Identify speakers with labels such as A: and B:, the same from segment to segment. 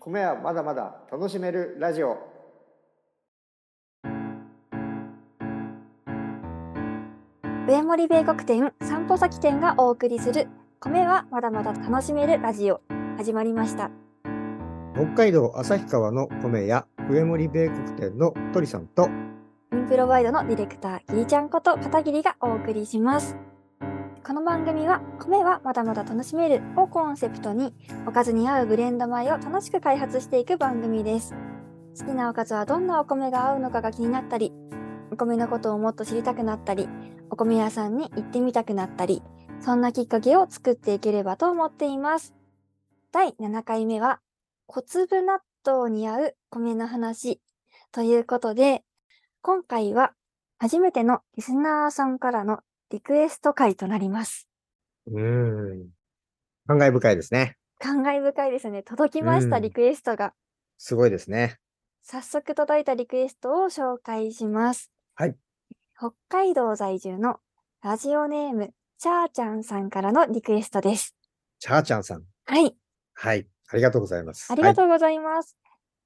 A: 米はまだまだ楽しめるラジオ
B: 上森米国店散歩先店がお送りする米はまだまだ楽しめるラジオ始まりました
A: 北海道旭川の米屋上森米国店の鳥さんと
B: インプロワイドのディレクターギリちゃんこと片桐がお送りしますこの番組は米はまだまだ楽しめるをコンセプトにおかずに合うブレンド米を楽しく開発していく番組です好きなおかずはどんなお米が合うのかが気になったりお米のことをもっと知りたくなったりお米屋さんに行ってみたくなったりそんなきっかけを作っていければと思っています第7回目は小粒納豆に合う米の話ということで今回は初めてのリスナーさんからのリクエスト回となります。
A: うーん感慨深いですね
B: 感慨深いですね。届きました、
A: うん
B: リクエストが。
A: すごいですね
B: 早速届いたリクエストを紹介します。
A: はい。
B: 北海道在住のラジオネーム、チャーちゃんさんからのリクエストです。
A: チャーちゃんさん
B: はい。
A: はいありがとうございます
B: ありが
A: は
B: とうございます。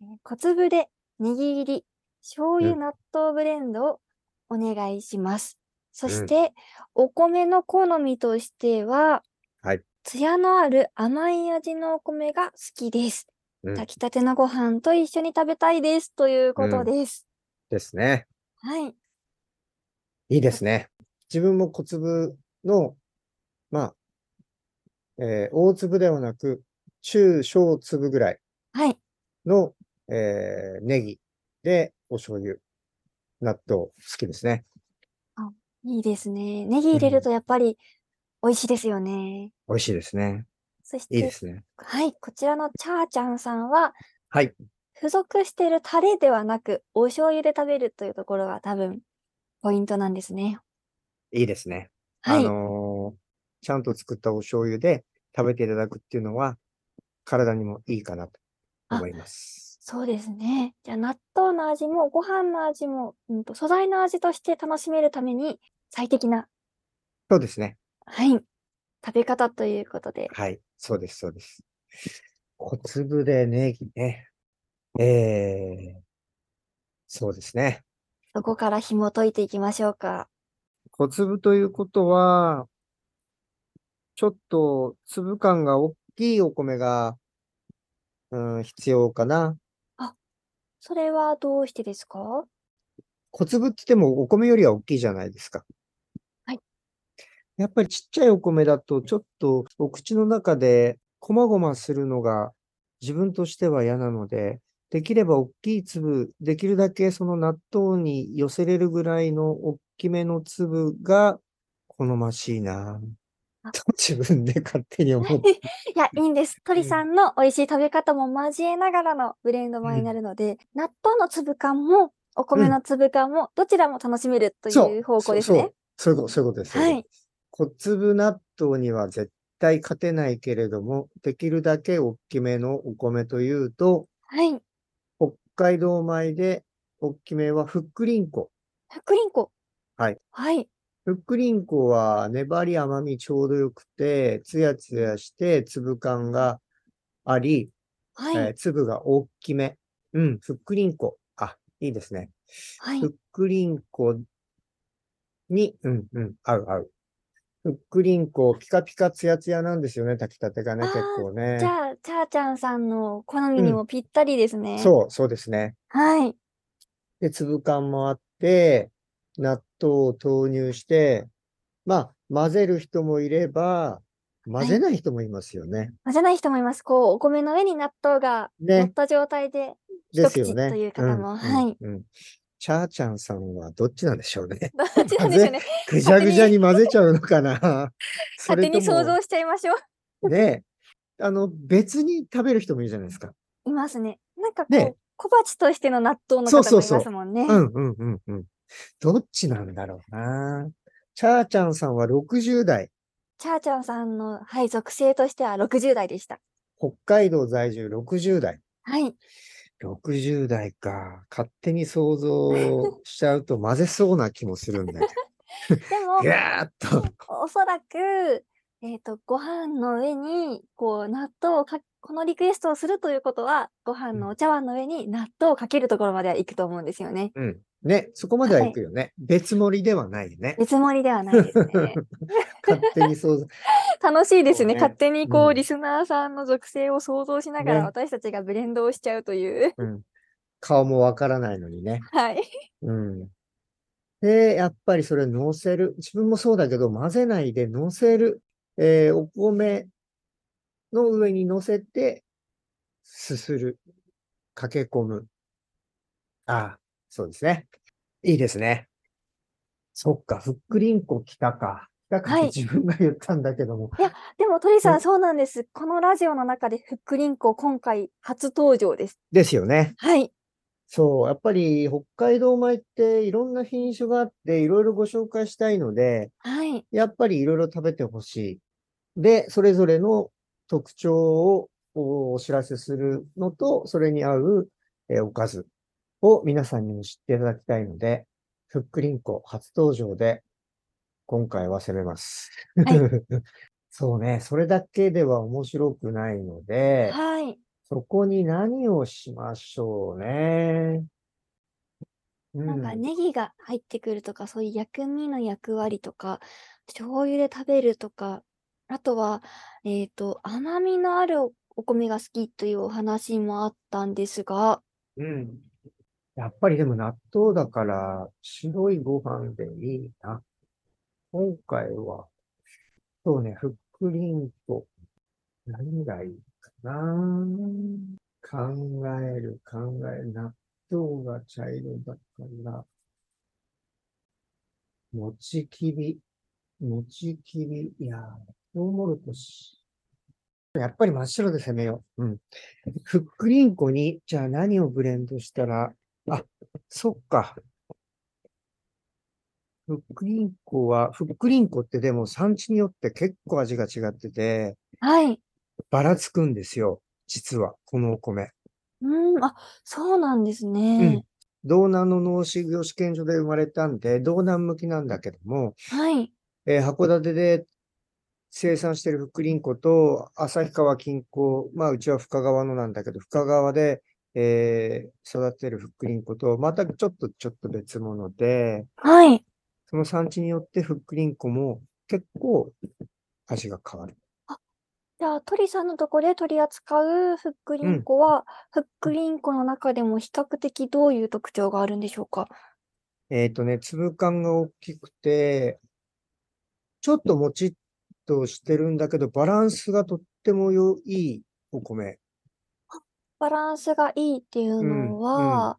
B: えー小粒で、握り入り、醤油
A: うん
B: 納豆ブレンドをお願いします。そ
A: うん
B: して、お米の好みとしては、
A: はい
B: ツヤのある甘い味のお米が好きです。
A: うん
B: 炊きたてのご飯と一緒に食べたいです。ということです。
A: い、ですね
B: はい。
A: いいですね。自分も小粒の、まあ、えー大粒ではなく、中小粒ぐらい
B: はい。
A: の、えーネギで、お醤油、納豆、好きですね。
B: いいですね。ネギ入れ
A: うん
B: るとやっぱり美味しいですよね。
A: 美味しいですね。
B: そして、
A: いいですね。
B: はい。こちらのチャーちゃんさんは、
A: はい。
B: 付属しているタレではなく、お醤油で食べるというところが多分、ポイントなんですね。
A: いいですね。
B: はい。
A: あのーちゃんと作ったお醤油で食べていただくっていうのは、体にもいいかなと思います。
B: そうですね。じゃあ、納豆の味もご飯の味も、うんと、素材の味として楽しめるために最適な、
A: そうですね。
B: はい、食べ方ということで。
A: はい、そうです、そうです。小粒でネギね。えー、そうですね。
B: そこから紐解いていきましょうか。
A: 小粒ということは、ちょっと粒感が大きいお米が、うん、必要かな。
B: それはどうしてですか
A: 小粒って言ってもお米よりは大きいじゃないですか。
B: はい。
A: やっぱりちっちゃいお米だと、ちょっとお口の中でこまごまするのが自分としては嫌なので、できれば大きい粒、できるだけその納豆に寄せれるぐらいの大きめの粒が好ましいなぁ
B: あ
A: と 自分で勝手に思って
B: いや、いいんです。鳥
A: うん
B: さんの美味しい食べ方も交えながらのブレンド米になるので、納豆の粒感も、お米の粒感も、どちらも楽しめるという方向ですね。
A: そうそうそういうこと、そういうことです。
B: は
A: そうう
B: い
A: こ。とです。小粒納豆には絶対勝てないけれども、できるだけ大きめのお米というと、
B: はい。
A: 北海道米で大きめはふっくりんこ。
B: クリンコ。
A: はい。
B: はい。
A: ふっくりんこは粘り甘みちょうどよくて、つやつやして粒感があり、
B: はい。
A: えー粒が大きめ。うん、ふっくりんこ。あ、いいですね。
B: はい
A: ふっ。くりんこに、うんうん、合う合う。ふっくりんこ、ピカピカツヤツヤなんですよね、炊きたてがね、
B: あー
A: 結構ね
B: じ。ゃあ、チャーちゃんさんの好みにもぴったりですね。
A: そう、そうですね。
B: はい。
A: で、粒感もあって、納豆を投入して、まあ、混ぜる人もいれば、混ぜない人もいますよね。
B: 混ぜない人もいます。こう、お米の上に納豆が
A: ね
B: 乗った状態で。
A: ですよね。
B: 一口という方も
A: ん
B: はい。
A: うんうんチャーちゃんさんはどっちなんでしょう ね。
B: どっちなんでしょうね。
A: ぐじゃぐじゃに混ぜちゃうのかなそ
B: 勝
A: れ
B: 手
A: と
B: に想
A: も
B: 像しちゃいましょう。
A: ね、あの、別に食べる人もいるじゃないですか。
B: いますね。なんかこう、
A: ね
B: 小鉢としての納豆の
A: そ
B: 方
A: うそう
B: もい
A: そう
B: ますもんね。
A: うんうんうんうん。どっちなんだろうな。チャーちゃんさんは60代、
B: チャーちゃんさんの、はい、属性としては60代でした。
A: 北海道在住60代。
B: はい。
A: 60代か。勝手に想像しちゃうと混ぜそうな気もするんだよ。
B: でも、
A: ぐわーっと。
B: おそらく、えっ、と、ご飯の上に、こう、納豆をかこのリクエストをするということは、ご飯のお茶碗の上に納豆をかけるところまではいくと思うんですよね。
A: うん。ね、そこまでは行くよね。別盛りではないよ ね。
B: 見積もりではないですね。
A: 勝手に想像。
B: 楽しいで
A: そ
B: すね。
A: うね
B: 勝手にこう、
A: うん
B: リスナーさんの属性を想像しながら、
A: ね
B: 私たちがブレンドをしちゃうという。
A: うん。顔もわからないのにね。
B: はい。
A: うん。で、やっぱりそれ乗せる。自分もそうだけど、混ぜないで乗せる。えーお米の上に乗せて、すする。駆け込む。ああ、そうですね。いいですね。そっか、ふっくりんこ来たか。来たかっ
B: はい
A: て自分が言ったんだけども。
B: でも、鳥さ、
A: うん
B: そうなんです。このラジオの中で、ふっくりんこ、今回、初登場です。
A: ですよね。
B: はい。
A: そう、やっぱり北海道米っていろんな品種があって、いろいろご紹介したいので、
B: はい。
A: やっぱりいろいろ食べてほしい。で、それぞれの特徴をおお知らせするのと、それに合う、えーおかずを皆さんにも知っていただきたいので、ふっくりんこ初登場で、今回は攻めます。
B: は
A: そうね、それだけでは面白くないので、
B: はい。
A: そこに何をしましょうね。う
B: なんか、ネギが入ってくるとか、そういう薬味の役割とか、醤油で食べるとか、あとは、えっ、と、甘みのあるおお米が好きというお話もあったんですが、
A: うん。やっぱりでも納豆だから白いご飯でいいな。今回は、そうね、ふっくりんと何がいいかな。考える、考える。納豆が茶色だから、もちきび、もちきび、いやー、トウモロコシ。やっぱり真っ白で攻めよう。うん。ふっくりんこに、じゃあ何をブレンドしたら、あ、そっか。ふっくりんこは、ふっくりんこってでも産地によって結構味が違ってて、
B: はい。
A: ばらつくんですよ。実は、このお米。
B: うん、あ、そうなんですね。
A: 道南の農士業試験所で生まれたんで、道南向きなんだけども、
B: はい。
A: えー函館で生産してるふっくりんこと、旭川近郊、まあうちは深川のなんだけど、深川で、えー育てるふっくりんこと、またちょっとちょっと別物で、
B: はい。
A: その産地によってふっくりんこも結構味が変わる。
B: じゃあ、鳥さんのとこで取り扱うふっくりんこは、ふっくりんこの中でも比較的どういう特徴があるんでしょうか
A: えっ、とね、粒感が大きくて、ちょっともちっとしてるんだけど、バランスがとっても良いお米。
B: バランスがいいっていうの
A: うんう
B: は、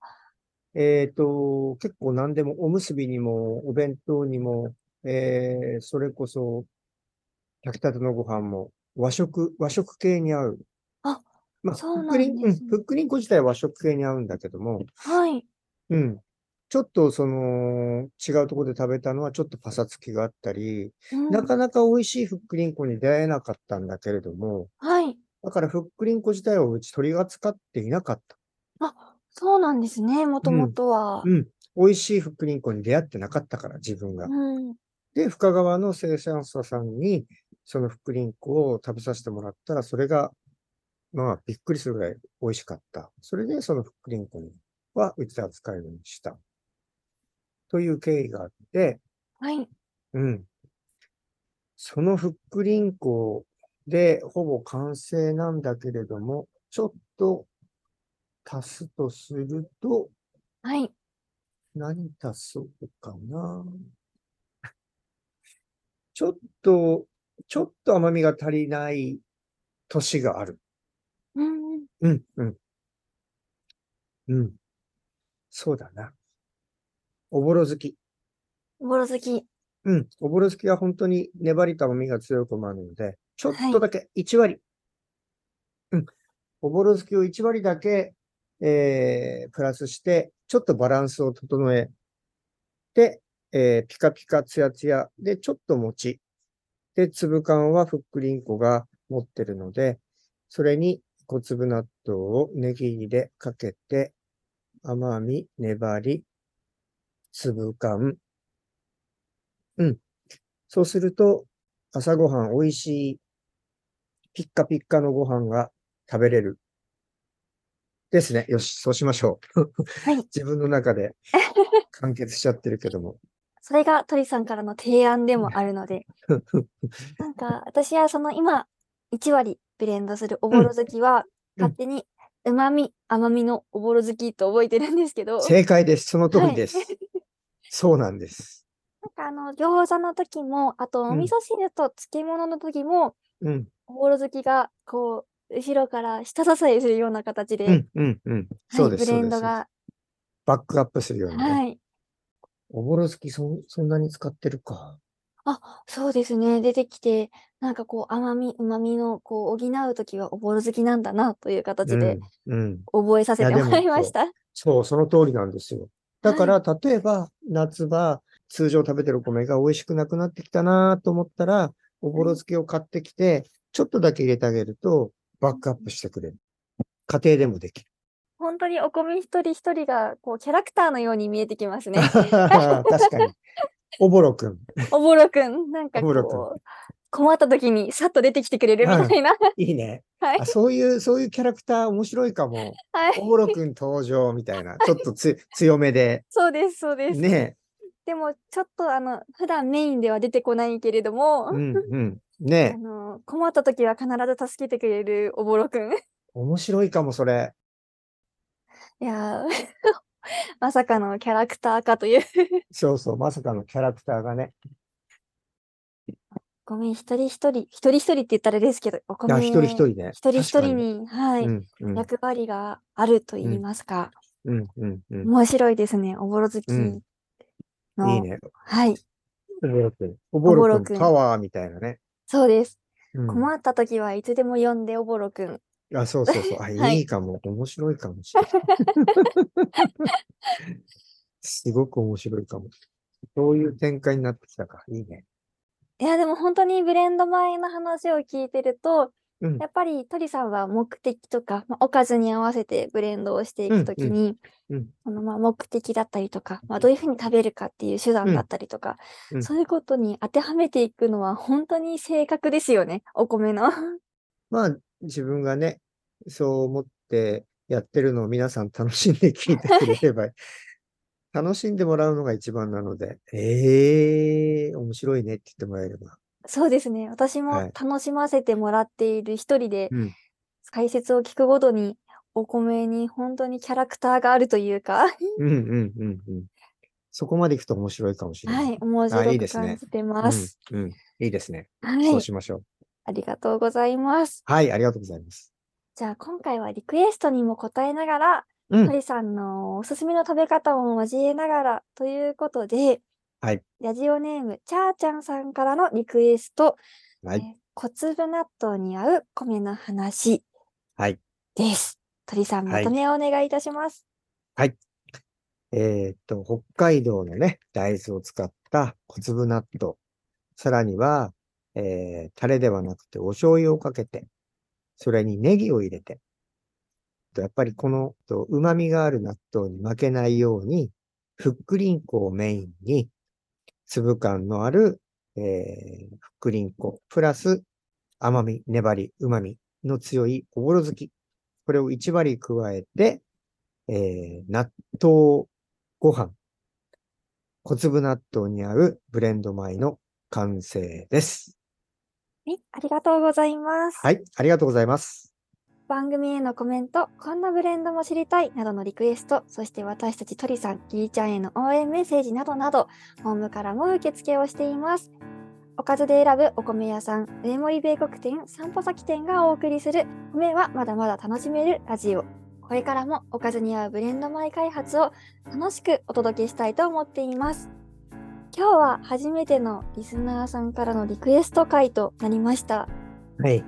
A: えっと、結構何でも、おむすびにも、お弁当にも、えーそれこそ、炊きたてのご飯も、和食、和食系に合う。
B: あ、
A: まあ、
B: そう
A: ふっくり
B: なん
A: ん、
B: ですね
A: うんふっくりんこ自体は和食系に合うんだけども、
B: はい。
A: うん。ちょっと、その、違うところで食べたのは、ちょっとパサつきがあったり、
B: うん
A: なかなか美味しいふっくりんこに出会えなかったんだけれども、
B: はい。
A: だからふっくりんこ自体はうち鳥が使っていなかった。
B: あ、そうなんですね、もともとは。
A: うん。美味しいふっくりんこに出会ってなかったから、自分が。
B: うん。
A: で、深川の生産者さんに、そのふっくりんこを食べさせてもらったら、それが、まあ、びっくりするぐらい美味しかった。それで、そのふっくりんこには、うちで扱えるようにした。という経緯があって、
B: はい。
A: うん。そのふっくりんこで、ほぼ完成なんだけれども、ちょっと足すとすると、
B: はい。
A: 何足そうかな。 ちょっと、ちょっと甘みが足りない年がある。
B: うんうん。
A: うん、うん。うん。そうだな。おぼろ好き。
B: おぼろ好き。
A: うん。おぼろ好きは本当に粘りと甘みが強くもあるので、ちょっ
B: はい
A: とだけ、1割。うん。おぼろ好きを1割だけ、えー、プラスして、ちょっとバランスを整えて、えー、ピカピカツヤツヤで、ちょっと餅。で、粒感はふっくりんこが持ってるので、それに小粒納豆をネギでかけて、甘み、粘り、粒感。うん。そうすると、朝ごはん美味しい、ピッカピッカのご飯が食べれる。ですね。よし、そうしましょう。
B: はい
A: 自分の中 で完結しちゃってるけども。
B: それが鳥さんからの提案でもあるの で。なんか、私はその今、1割ブレンドするおぼろ好きは、
A: うん
B: 勝手に旨味、甘みのおぼろ好きと覚えてるんですけど、
A: 正解です。その通
B: は
A: り
B: い
A: です。 そうなんです。
B: なんかあの、餃子の時も、あとお
A: うん
B: 味噌汁と漬物の時も、
A: うん、
B: おぼろ好きが、こう、後ろから下支えするような形で、
A: うん、うん、うん。そう
B: はい、
A: で
B: ブ
A: す。
B: レ
A: そうで
B: ンド
A: す。
B: が、
A: バックアップするようにね。
B: はい。
A: おぼろ好きそん、そんなに使ってるか。
B: あ、そうですね。出てきて、なんかこう、甘み、旨みの、こう、補う時はおぼろ好きなんだな、という形
A: う
B: で、
A: ん、うん。
B: 覚えさせ
A: い
B: て
A: やで
B: も
A: も
B: らいました。
A: そう、その通りなんですよ。だから、例えば、夏場、通常食べてるお米が美味しくなくなってきたなと思ったら、おぼろ漬けを買ってきて、ちょっとだけ入れてあげると、バックアップしてくれる。家庭でもできる。
B: 本当にお米一人一人がこうキャラクターのように見えてきますね。
A: 確かに。おぼろくん。
B: おぼろくん、なんか
A: おぼろくん
B: こう、困った時にさっと出てきてくれるみたいな。
A: いいね。
B: はい
A: あ、そういう、そういうキャラクター面白いかも。
B: はい、
A: おぼろくん登場みたいな。ちょっと つ強めで。
B: そうです、そうです。
A: ね。
B: でも、ちょっとあの、普段メインでは出てこないけれども、
A: うんうん。
B: あ
A: ね。
B: の困った時は必ず助けてくれるおぼろくん。 い
A: 面白いかも、それ。
B: やー まさかのキャラクターかという。
A: そうそう。まさかのキャラクターがね。
B: お米一人一人、一人一人って言ったらあれですけど、お
A: いや
B: 米
A: 一人一人ね。
B: 一人一人
A: 確か
B: に、はい、
A: うんうん
B: 役割があると言い
A: うん
B: ますか。
A: うんうんうん
B: 面白いですね。おぼろ好き
A: うん
B: の。
A: いいね。
B: はい。
A: おぼろくん。お
B: ぼ
A: ぼ
B: ろくん
A: ろくんパワーみたいなね。
B: そうです。
A: うん
B: 困った時はいつでも呼んでおぼろくん。
A: あ、そうそうそう。あ、
B: はい
A: いいかも。面白いかもし れない。すごく面白いかも。そういう展開になってきたか。いいね。
B: いや、でも本当にブレンド米の話を聞いてると、
A: うん
B: やっぱり鳥さんは目的とか、まあ、おかずに合わせてブレンドをしていくときに、
A: うんうんうん
B: そのまあ目的だったりとか、まあ、どういうふうに食べるかっていう手段だったりとか、
A: うんうん
B: そういうことに当てはめていくのは本当に正確ですよね。お米の。
A: まあ、自分がね、そう思ってやってるのを皆さん楽しんで聞いてくれれ ば、楽しんでもらうのが一番なので、ええ面白いねって言ってもらえれば。
B: そうですね。私も
A: はい
B: 楽しませてもらっている一人で
A: うん、
B: 解説を聞くごとに、お米に本当にキャラクターがあるというか、は
A: うんうんうんうん。そこまでいくと面白いかもしれない。
B: い、面
A: あい
B: 白
A: い
B: く
A: ですね
B: 感じてます。
A: うん、うん。いいですね。
B: はい
A: そう、しましょう。
B: ありがとうございます。
A: はい、ありがとうございます。
B: じゃあ今回はリクエストにも答えながら、
A: う
B: 鳥
A: ん。
B: さんのおすすめの食べ方も交えながらということで、
A: はい
B: ラジオネーム、チャーちゃんさんからのリクエスト、
A: はい。
B: えー小粒納豆に合う米の話
A: はい
B: です。鳥さん、
A: は
B: ま
A: い
B: とめをお願いいたします。
A: えーっと、北海道のね、大豆を使った小粒納豆。さらには、えー、タレではなくてお醤油をかけて、それにネギを入れて、とやっぱりこのと旨味がある納豆に負けないように、ふっくりんこをメインに、粒感のある、えーふっくりんこ、プラス甘み、粘り、旨味の強いおぼろ好き。これを1割加えて、えー納豆ご飯、小粒納豆に合うブレンド米の完成です。
B: はい、ありがとうございます。
A: はい、ありがとうございます。
B: 番組へのコメント、こんなブレンドも知りたいなどのリクエスト、そして私たち鳥さん、ギーちゃんへの応援メッセージなどなど、ホームからも受付をしています。おかずで選ぶお米屋さん、上森米国店、散歩先店がお送りする、米はまだまだ楽しめるラジオ。これからもおかずに合うブレンド米開発を楽しくお届けしたいと思っています。今日は初めてのリスナーさんからのリクエスト回となりました。
A: はい、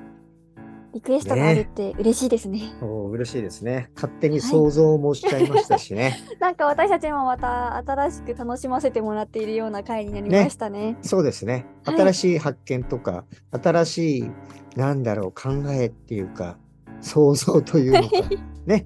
B: リクエストがあるって嬉しいですね
A: おー嬉しいですね。勝手に想像もしちゃいましたしね。
B: なんか私たちもまた新しく楽しませてもらっているような回になりましたね。
A: そうですね。
B: はい
A: 新しい発見とか、新しい、なんだろう、考えっていうか、想像というのか、ね、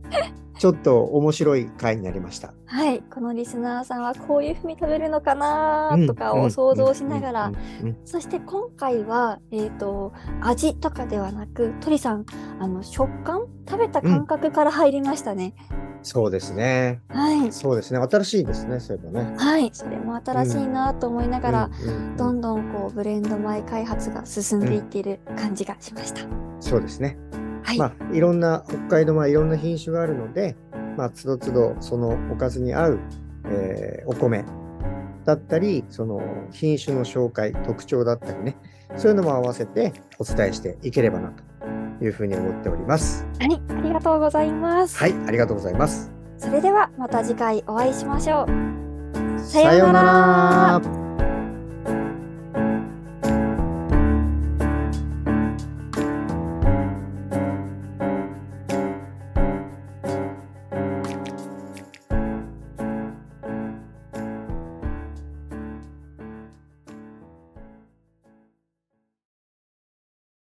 A: ちょっと面白い回になりました。
B: はい、このリスナーさんはこういうふうに食べるのかな
A: うん
B: とかを想像しながら、。
A: うんうん
B: そして今回は、えー、と味とかではなく鳥さんあの食感食べた感覚から入りましたね、
A: そうですね。
B: はい
A: そうですね。新しいですね。そういえばね。
B: はいそれも新しいなと思いながら、
A: うんうんうん
B: どんどんこうブレンド米開発が進んでいっている感じがしました、
A: そうですね。
B: はい、
A: まあ、いろんな北海道米いろんな品種があるので、まあ、つどつどそのおかずに合う、えーお米だったり、その品種の紹介、特徴だったりね、そういうのも合わせてお伝えしていければなというふうに思っております。
B: はい、ありがとうございます、
A: はい、ありがとうございます。
B: それではまた次回お会いしましょう
A: さようなら。